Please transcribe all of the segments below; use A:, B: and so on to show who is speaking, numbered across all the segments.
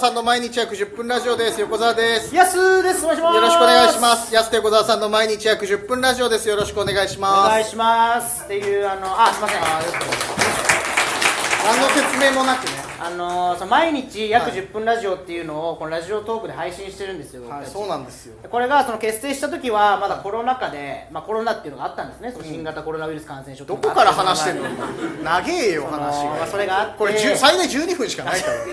A: さんの毎日約10分ラジオです横澤ですよ
B: やすーです。お願いします。
A: ろしくお願いしま。す安と横澤さんの毎日約10分ラジオですよろしくお願いし
B: お願
A: ま
B: い
A: す
B: します。っていう、あの、あ、すいません。
A: 何の説明もなくね
B: あの、その毎日約
A: はい
B: 10分ラジオっていうのを、このラジオトークで配信してるんですよ。僕たち
A: そうなんですよ
B: これがその結成した時はまだコロナ禍で、まあ、コロナっていうのがあったんですね、その新型コロナウイルス感染症
A: どこから話してん
B: る
A: の長えよ話
B: ま
A: が
B: あそれがあって
A: これ10最大12分しかないから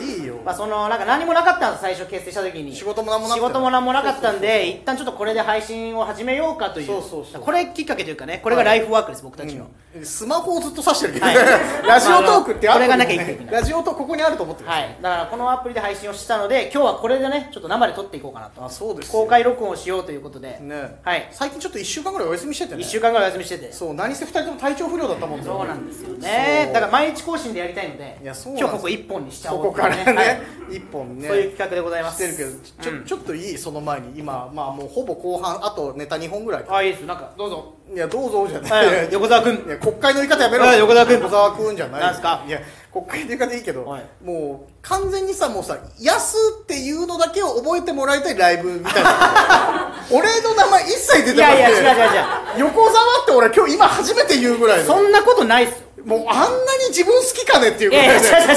A: いいよ
B: まあ、そのなんか何もなかったんです最初結成した時に
A: 仕事も何もなくて
B: 仕事も何もなかったんで一旦ちょっとこれで配信を始めようかという
A: そうそうそう
B: これきっかけというかねこれがライフワークです、僕たちの、
A: スマホをずっと指してるけど、
B: はい
A: ラジオトークってある
B: これがなきゃいけない
A: ラジオトークここにあると思ってる
B: はい、だからこのアプリで配信をしたので今日はこれでねちょっと生で撮っていこうかなと
A: あそうですよ
B: 公開録音をしようということで、
A: ね
B: はい
A: 最近ちょっと1週間ぐらいお休みしててね
B: 1週間ぐらいお休みしてて
A: そう何せ2人とも体調不良だったもんね
B: そうなんですよ
A: そ
B: ね
A: う
B: だから毎日更新でやりたいので
A: いやそう
B: 今
A: なんですよ
B: 日ここ1本にしちゃ
A: こ
B: おう
A: こ
B: って
A: か
B: いう
A: ら
B: ねはい
A: ね一本ね
B: そういう企画でございま
A: し
B: す
A: てるけどちょ,、
B: うん
A: ちょっといいその前に今まあもうほぼ後半あとネタ2本ぐらいか
B: あいいですなんかどうぞ
A: いやどうぞじゃない、
B: はい
A: いや
B: 横澤君
A: いや国会の言い方やめろ、
B: はい横澤君
A: 横澤君じゃない
B: なんすか
A: いや国会の言い方いいけど、
B: はい
A: もう完全にさもうさ「安」っていうのだけを覚えてもらいたいライブみたいな 俺の名前一切出て
B: い
A: なく
B: や
A: て
B: いや違う違う違う
A: 横澤って俺今日今初めて言うぐらいの
B: そんなことないっすよ
A: もうあんなに自分好きかねっていうぐ
B: い
A: ら
B: や
A: い
B: い
A: で
B: や違う違う違う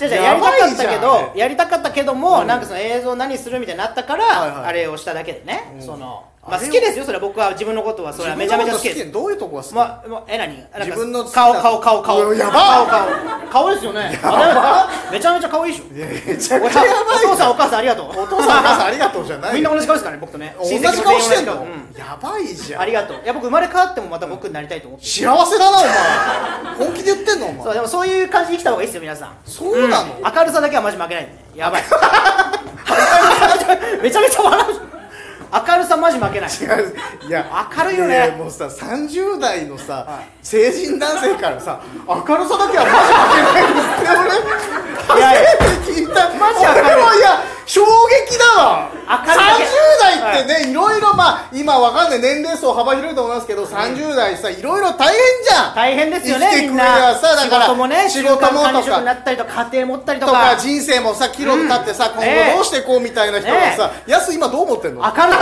B: 違う違うや
A: や
B: り
A: ば
B: た
A: い
B: かっ
A: じゃん
B: たけどやりたかったけども、なんかその映像何するみたいになったから、
A: はいはい
B: あれをしただけでね、その
A: あ
B: まあ
A: れを
B: 好きですよそれは僕は自分のことはそれはめちゃめちゃ好きです
A: 自分のことどういうとこが好き
B: まあ、まあ、え、何なんか
A: 自分の好きな
B: 顔、顔、顔、顔。
A: やば
B: 顔、顔。顔ですよね。あめちゃめちゃ可愛いでしょ。
A: いやめちゃ
B: お
A: くち
B: 父
A: ゃ
B: さ
A: やばい
B: ん、お父さん、お母さん、ありがとう。お
A: お父さんお母さんありがとうじゃない
B: みんな同じ顔ですからね、僕とね。
A: 同じ
B: 親戚
A: 顔してん
B: 全
A: の、
B: 員同じ顔
A: やばいじ
B: うん
A: ゃ
B: あ
A: ん
B: りがとう。いや、僕生まれ変わってもまた僕になりたいと思ってる。
A: 幸せだなお前本気で言ってんのお
B: そう、
A: 前
B: でもそういう感じで生きた方がいいですよ、皆さん。
A: そうなの、
B: うん明るさだけはマジ負けないんでね。やばい。めちゃめちゃ笑う。明るさマジ負けない。
A: いや
B: 明るいよね
A: やもうさ30代のさ、成人男性からさ明るさだけはマジ負けないですって俺初めて聞いた
B: マジ明るい
A: 俺もいや衝撃だわ
B: 明るいだけ
A: 30代ってね、い、ろいろまあ今わかんない年齢層幅広いと思いますけど30代さいろいろ大変じゃん
B: 大変ですよ
A: 生き
B: ね、
A: て
B: み
A: く
B: ん
A: れりゃ
B: な。
A: さだから
B: 仕事もね、
A: 仕事もとか
B: 中間管理職になったりとか、家庭持ったりと
A: とか
B: か。
A: 人生もさ岐路に立ってさ、今
B: ね
A: 後どうしていこうみたいな人がさ、やす今どう思ってんの
B: 明るさ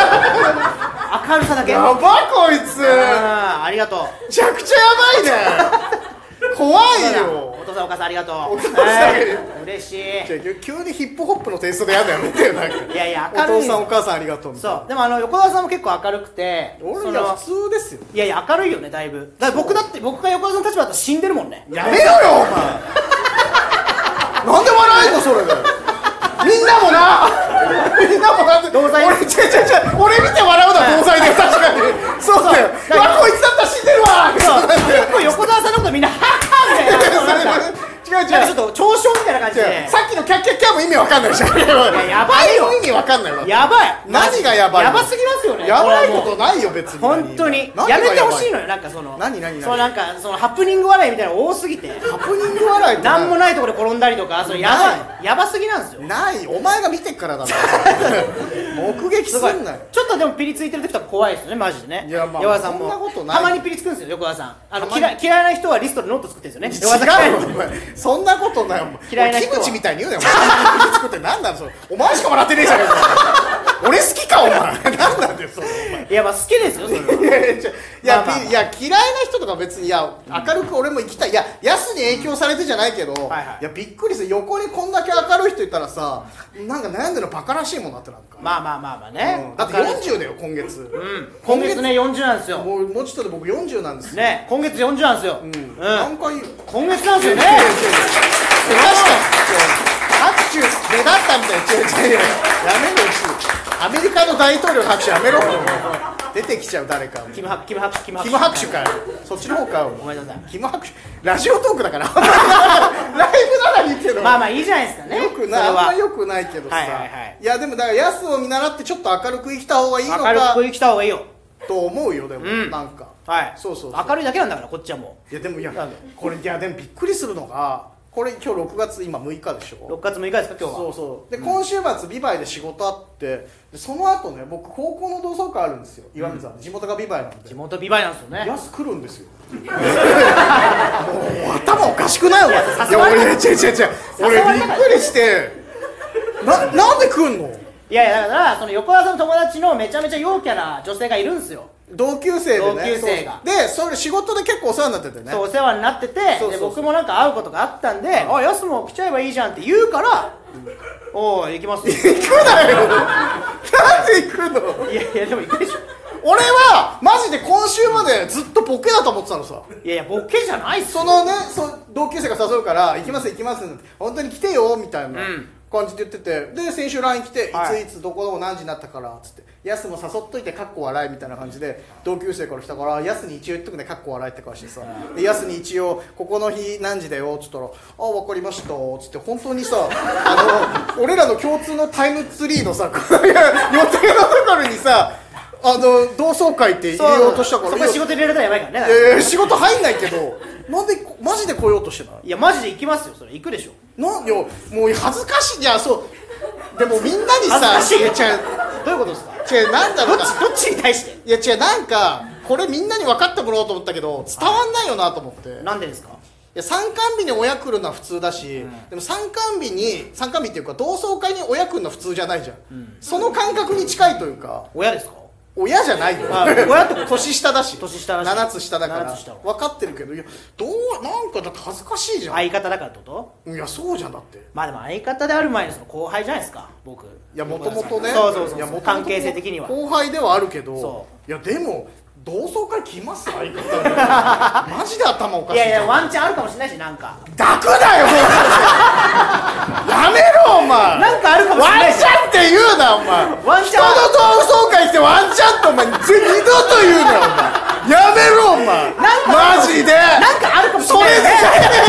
B: 明るさだけ
A: やばこいつめ
B: あありがとう
A: ちゃくちゃやばいね怖いよ
B: お父さんお母さんありがとう
A: お父さんありが
B: はい嬉しい
A: じゃあ急にヒップホップのテイストでやだよめてよなんか
B: いやいや
A: お
B: 明るい
A: 父さんお母さんありがとうみたいな
B: そうでもあの横澤さんも結構明るくて
A: 俺
B: そ
A: ら
B: の
A: 普通ですよ
B: いやいや明るいよねだいぶだから僕だって僕が横澤さんの立場だったら死んでるも んね
A: やめろよお前なんで笑えんのそれでみんなもなみんなもな
B: 同罪
A: 俺違う違う違う俺見て笑うのは同罪だよ確かにそうだよ
B: そう
A: うわこいつだったら死んでるわ
B: そう結構横澤さんのことみんなハッハッみたいななんか
A: 違う違う
B: なんかちょっと嘲笑みたいな感じ
A: 違
B: で
A: うさっきのキャッキャッキャも意味わかんないじゃん
B: やばいよ
A: あれも意味わかんないわ
B: やばい
A: 何がやばいの
B: やばすぎますよね
A: やばい
B: こ
A: こ
B: れはもう
A: とないよ別に
B: 本当に
A: 何が
B: やめてほ
A: ば
B: しいのよなんかその
A: 何何何
B: そのなんかそのハプニング笑いみたいなの多すぎて
A: ハプニング笑いって
B: なんもないところで転んだりとかそれやばいやばすぎなんですよ
A: ないお前が見てっからだろ目撃す
B: すごい
A: んなよ
B: ちょっとでもピリついてる時とか怖いですよねマジでね
A: いやまあ
B: 横田さんも
A: そんなことない
B: たまにピリつくんですよ横田さんあ
A: た
B: の
A: まに
B: 嫌い嫌いな人はリストでノート作ってるんですよね
A: 違
B: 横田さん
A: うよお前そんなことないお前
B: 嫌いな人は
A: キムチみたいに言うなよお前作って何なんだそれお前しか笑ってねえじゃねえかお前俺好きかお前何なんだよそれお前
B: いやまあ好きですよそれはい
A: やいやちょいや
B: まあまあ
A: ピいや嫌いな人とか別にいや明るく俺も行きたいいやヤスに影響されてじゃないけど、い
B: はいはい
A: やびっくりする横にこんだけ明るい人いたらさなんか悩んでるのバカらしいもんなってなんか、
B: まあまあまあまあ
A: うん
B: ね
A: だって
B: わかる
A: 40だよ今月、
B: 今月ね40なんですよ
A: もうもうちょっとで僕40なんですよ、
B: ね今月40なんですよ
A: う
B: う
A: ん
B: ん
A: 何回言う
B: 今月なんですよね
A: 出だした拍手出だったみたいな違う違う違うやめろよアメリカの大統領の拍手やめろ出てきちゃう誰か
B: キムハクキムハクキムハ
A: キ
B: ク
A: ム拍手かよそっちの方かよ
B: ごめんなさい
A: キム拍手ラジオトークだから ライブならいいけど
B: まあまあいいじゃないですかね
A: よく
B: そ
A: ない
B: れ
A: あん
B: は
A: まよくないけどさ、
B: はいはいはい
A: やでもだからやすを見習ってちょっと明るく生きた方がいいの
B: 明るくこう
A: か
B: いう来た方がいいよ
A: と思うよでも、
B: うん
A: なんか
B: はい
A: そうそうそう
B: 明るいだけなんだからこっちはも
A: いやでもいや
B: なんで
A: これいやでもびっくりするのがこれ今日6月今6日でし
B: う
A: ょ
B: 6月6日ですか今日は
A: そうそうで、今週末ビバイで仕事あってでその後ね僕高校の同窓会あるんですよ岩見沢、地元がビバイなんで
B: 地元ビバイなんですよね
A: 安来るんですよ。もう頭おかしくないお前。い
B: 誘われ
A: 俺違う違う違う。
B: 誘われ
A: 俺
B: な
A: び
B: か
A: っ
B: った
A: くりして。
C: ななんで来んの
B: いやいやだからその横澤さんの友達のめちゃめちゃ陽キャな女性がいるんですよ
A: 同級生でね
B: 同級生が
A: そうでそれ仕事で結構お世話になっててね
B: そうお世話になってて
A: そうそうそう
B: で僕もなんか会うことがあったんで「あやすも来ちゃえばいいじゃん」って言うから「おお行き ます」い
A: 行くなよなんで行くの
B: やいやでも行くでしょ
A: 俺はマジで今週までずっとボケだと思ってたのさ
B: いやいやボケじゃないっす
A: そのねそう同級生が誘うから「行きます行きます」って「本当に来てよ」みたいな
B: うん
A: 感じで言っててで先週 LINE 来て「
B: はい
A: いついつどこどこ何時になったから」っつって「やすも誘っといてかっこ笑い」みたいな感じで同級生から来たから「やすに一応言っとくねかっこ笑い」って顔してさ「でやすに一応ここの日何時だよ」っつったら「あ分かりました」っつって本当にさあの俺らの共通のタイムツリーのさこ ういう予定のところにさあの同窓会って入れようとしたから
B: そこで仕事入れられたらやばいからねだから
A: えー、仕事入んないけどなんでこマジで来ようとしてない
B: いやマジで行きますよそれ行くでしょ
A: なんよもう恥ずかしいじゃあそうでもみんなにさ
B: 恥ずかしい
A: や違う
B: どういうことですか
A: 違うなんだろ
B: どっ
A: うな
B: ちどっちに対して
A: いや違うなんかこれみんなに分かってもらおうと思ったけど伝わんないよなと思ってい
B: なんでですか
A: や参観日に親来るのは普通だし、でも参観日に参観日っていうか同窓会に親来るのは普通じゃないじゃん、その感覚に近いというか
B: 親ですか
A: 親じゃないよ
B: あ親ってこと
A: 年下だし
B: 年下だし
A: 7つ下だから
B: 七つ下
A: 分かってるけどいやどうなんかだって恥ずかしいじゃん
B: 相方だからってこと
A: いやそうじゃんだって
B: まあでも相方である前のその後輩じゃないですか僕い
A: いやもともとね
B: そうそうそう
A: いや元々
B: 関係性的には
A: 後輩ではあるけど
B: そ
A: いやでも同窓会来ます相方に マジで頭おかしい
B: やい
A: じゃ
B: や
A: ん
B: ワンチャンあるかもしれないしなんか
A: 抱くなよ本当にやめろお前
B: なんかあるかもしれ
A: ワ
B: な
A: ン
B: いし
A: チャンって言うなお前
B: ワンチャン
A: 人の同窓会来てワンチャンってお前ぜ二度と言うなお前やめろお前
B: なんか
A: マジで
B: なんかあるかもし
A: そ
B: れ
A: れ
B: ない
A: で
B: よね
A: これそ
B: なんかあるかもしれないじゃないですか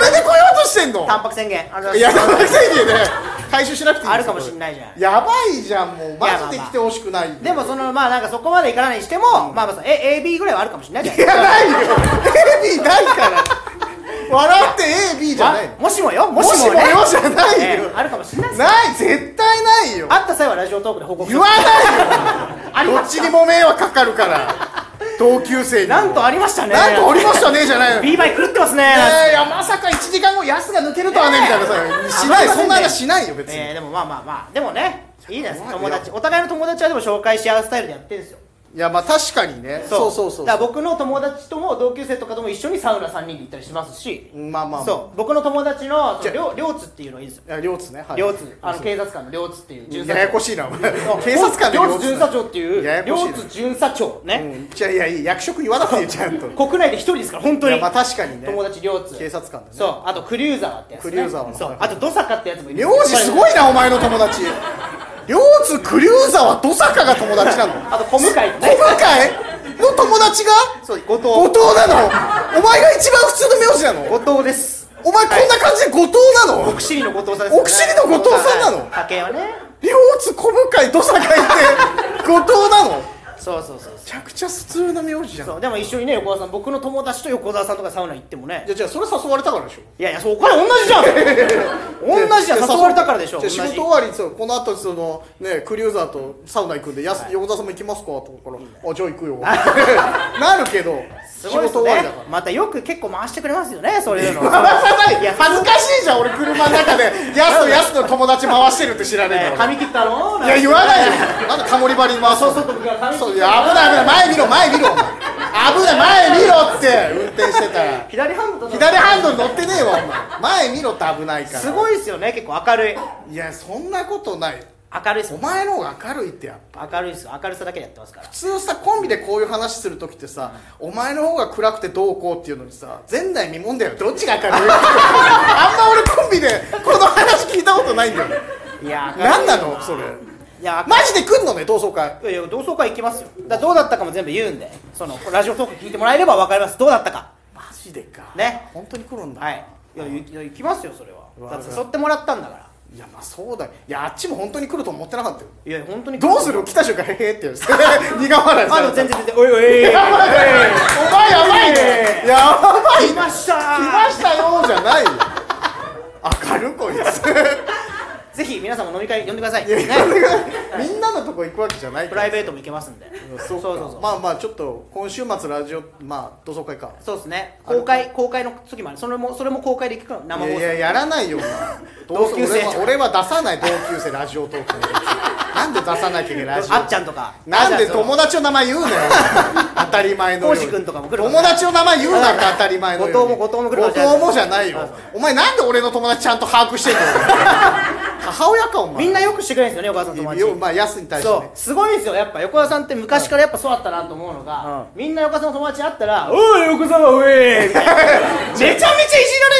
A: れそれで来ようとしてんの
B: タンパク宣言あの
A: いや、山崎選手ね、 回収しなくていい
B: あるかもしんないじゃん
A: ん。やばいじゃん、もう、マジで来てほしくない。
B: でも、そのまあなんかそこまでいかないにしても、まあまあそのえ AB ぐらいはあるかもしれないじゃな
A: い
B: いです
A: や、
B: か
A: ないよ。AB ないから。笑って AB じゃないの
B: あ。もしもよもしもね
A: もしもよじゃないよ
B: ええあるかもしれないです
A: ない、絶対ないよ。
B: あった際はラジオトークで報告
A: 言わ
B: あ
A: ない
B: り
A: よ。ど
B: ま
A: っ
B: し
A: ち
B: た
A: にも迷惑かかるから。同級生にも。
B: なんとありましたね
A: なんとおりましたね、じゃないの。
B: B バイ狂ってますね
A: えーいや、まさか1時間後、安が抜けるとはね、みたいなさ。しない、そんな話しないよ、別に。
B: えー、でもまあまあまあでもねいいじゃないですか
A: 怖い
B: 友
A: よ
B: 達お互いの友達はでも紹介し合うスタイルでやってるんですよ
A: いや、まあ確かにね。そうそうそう。
B: だから僕の友達とも同級生とかとも一緒にサウナ3人で行ったりしますし、
A: まあまあまあ
B: そう僕の友達のそ
A: じ
B: の
A: ゃ
B: りょうりょうつっていうのいいですよ
A: いや、両津ね。はい
B: りょうつあの警察官のりょうつっていう巡査
A: ややこしいな、お前
B: 長
A: 警察官で
B: りょうつ巡査長って
A: や
B: いう
A: や
B: り
A: こしい
B: ょ
A: な
B: うつ巡査長ね、
A: うんじゃあいやいい役職言わなくていいちゃんと
B: 国内で一人ですから本当
A: い
B: に、
A: やまあ確かにね
B: 友達りょうつ
A: 警察官だね
B: そうあとクリューザーってやつ、ね、
A: クリューザーは
B: そうあとドサカってやつもいる
A: 名字すごいなお前の友達両津クリューザーは土坂が友達なの
B: あと小向井とね
A: 小向井の友達が
B: そう後藤
A: 後藤なのお前が一番普通の名字なの
B: 後藤です
A: お前こんな感じで後藤なの
B: 奥尻の後藤さんですよね
A: 奥尻の後藤さんなの
B: 家計はね
A: 両津小向井土坂いて後藤なのめ
B: そうそうそうそう
A: ちゃくちゃ普通の名字じゃん
B: そうでも一緒にね横澤さん僕の友達と横澤さんとかサウナ行ってもね
A: いやじゃあそれ誘われたからでしょ
B: いやいやそうこれ同じじゃん同じじゃん誘われたからでしょ
A: じゃ
B: 同
A: あ
B: じ
A: 仕事終わりにそうこの後そのねクリューザーとサウナ行くんで、やす横田さんも行きますかと思うからあじゃあ行 くよなるけど
B: すご
A: 仕
B: いです
A: 事終わり
B: ね
A: だから
B: またよく結構回してくれますよねそういうのいや
A: 恥ずかしいじゃん俺車の中でやすとやすの友達回してるって知らねえ
B: ね
A: から
B: 髪切ったの
A: いや言わないよ
B: よ
A: なんだタモリバリに回す
B: そう
A: の
B: そう僕が髪
A: そう
B: 切
A: い
B: った
A: や危ない危ない前見ろ前見ろ危ない前見ろって運転してたら
B: 左ハンドだ
A: 左ハンドに乗ってねえわお前前見ろって危ないから
B: すごいですよね結構明るい
A: いやそんなことない
B: 明るいです
A: お前の方が明るいってやっぱ
B: 明るいです明るさだけでやってますから
A: 普通さコンビでこういう話する時ってさ、お前の方が暗くてどうこうっていうのにさ前代未聞だよどっちが 明るいあんま俺コンビでこの話聞いたことないんだよ
B: いや明るい
A: 何なのそれ
B: いや
A: マジで来んのね同窓会
B: いやいや同窓会行きますよだからどうだったかも全部言うんでそのラジオトーク聞いてもらえれば分かりますどうだったか
A: マジでか
B: ね
A: 本当に来るんだ、
B: はいいやいや行きますよそれは
A: うわ
B: だって誘ってもらったんだから
A: いやまあそうだよいやあっちも本当に来ると思ってなかったよ
B: いや本当に
A: どうする来 た瞬間へへって言う苦笑いさ
B: あ
A: れた
B: でも全然全然おいおいおい
A: やばいねお前やばいねやばい
B: 来ました
A: 来ましたよじゃないよ明るいこいつ
B: ぜひ皆さんも飲み会呼んでください
A: いや
B: ね
A: いや俺が みんなのとこ行くわけじゃない
B: プ
A: か
B: ラ
A: ら
B: イベートも行けますんで
A: そうか
B: そうそうそう
A: まあまあちょっと今週末ラジオまあ同窓会か
B: そうですね公開公開の時もあるそれもそれも公開で行くから生放
A: い
B: 送
A: やいややらないよお前どうせ
B: 同級
A: 俺
B: 生
A: は俺は出さない同級生ラジオトーク になんで出さなきゃいけないラジオ
B: あっちゃんとか
A: なんで友
B: 達
A: 達の名前言 うのよ当たり前のように
B: 浩司君とかも来る
A: 友達の名前言うなんて当たり前のように
B: 後藤も後藤も来るかもしれない
A: 後藤もじゃないよ
B: あそう
A: お前なんで俺の友達ちゃんと把握 してんの母親かお前
B: みんなよくしてくれるんですよね横田さんの友達
A: よまあ安に対して
B: そう
A: ね
B: すごいですよやっぱ横田さんって昔からやっぱそうだったなと思うのが、みんな横田さんの友達会ったら「おい横澤おい!」みたいなめちゃめちゃいじら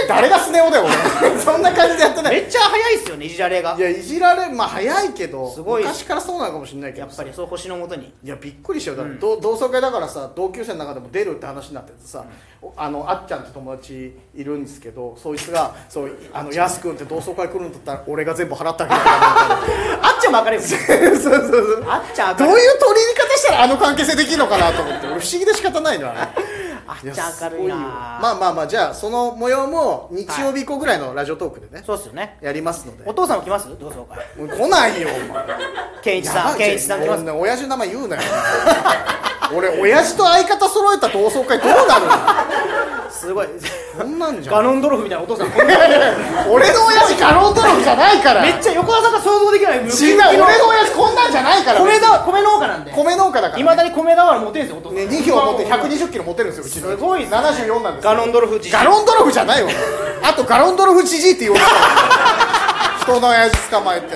B: れ
A: 誰がスネ夫だよ俺 そんな感じでやってない
B: るめっちゃ早いっすよねいじられが
A: いやいじられまあ早いけど
B: すごい
A: 昔からそうなのかもしれないけ
B: や
A: ど
B: っぱりそう星のもとに
A: いやびっくりしたよだって、同同窓会だからさ同級生の中でも出るって話になっててさ、おあのあっちゃんって友達いるんですけどそいつが「そうあのやすくんって同窓会来るんだったら俺が全部払ってあげるか
B: あっちゃんばかりですよ
A: ら」 そうそうそう
B: あっちゃん
A: ど
B: 明
A: う
B: るい
A: いう取り入れ方したらあの関係性できるのかなと思って俺不思議で仕方ないのよあれ
B: あ
A: いや
B: っちゃん明
A: す
B: る
A: ご
B: い
A: い
B: な
A: よまあまあまあじゃあその模様も日曜日以降ぐらいのラジオトークでね、
B: そうっすよね
A: やりますので
B: お父さんも来ます同窓会
A: もう来ないよお前
B: 健一さん健一さん来ます
A: ね親父の名前言うなよ俺親父と相方揃えた同窓会どうなるの
B: すごい
A: こんなんじゃ
B: ガ
A: ん
B: ノンドロフみたいなお父さんこんなめ
A: 俺の親父ガロンドロフじゃないから
B: っちゃ横田さんが想像できない無
A: 違う俺の親父こんなんじゃないから
B: 米だ米農家なんで
A: 米農家だから
B: いまだに米俵持てるんですよお父さん
A: ね2票持って120キロ持てるんですようちの
B: すごいっすね
A: 74なんですよ
B: ガノンドロフ自身
A: ガロンドロフじゃないよあとガロンドロフじじいって言おうとした人の親父捕まえて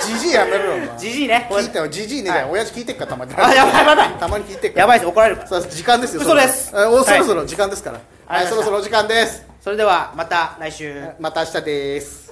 A: じじいやめろよお
B: じじいね
A: 前聞いたよじじいね
B: はい
A: 親父聞いてっからたまに
B: あやばいやばい
A: たまに聞いてっから
B: やばいです怒られるから
A: さあ時間ですよ
B: 嘘です
A: そろそろえお
B: はい
A: そろそろ時間ですから
B: あ
A: は
B: り
A: い
B: が
A: そ
B: とうご
A: ろ
B: ざ
A: そ
B: い
A: ろお時間です
B: それではまた来週
A: また明日です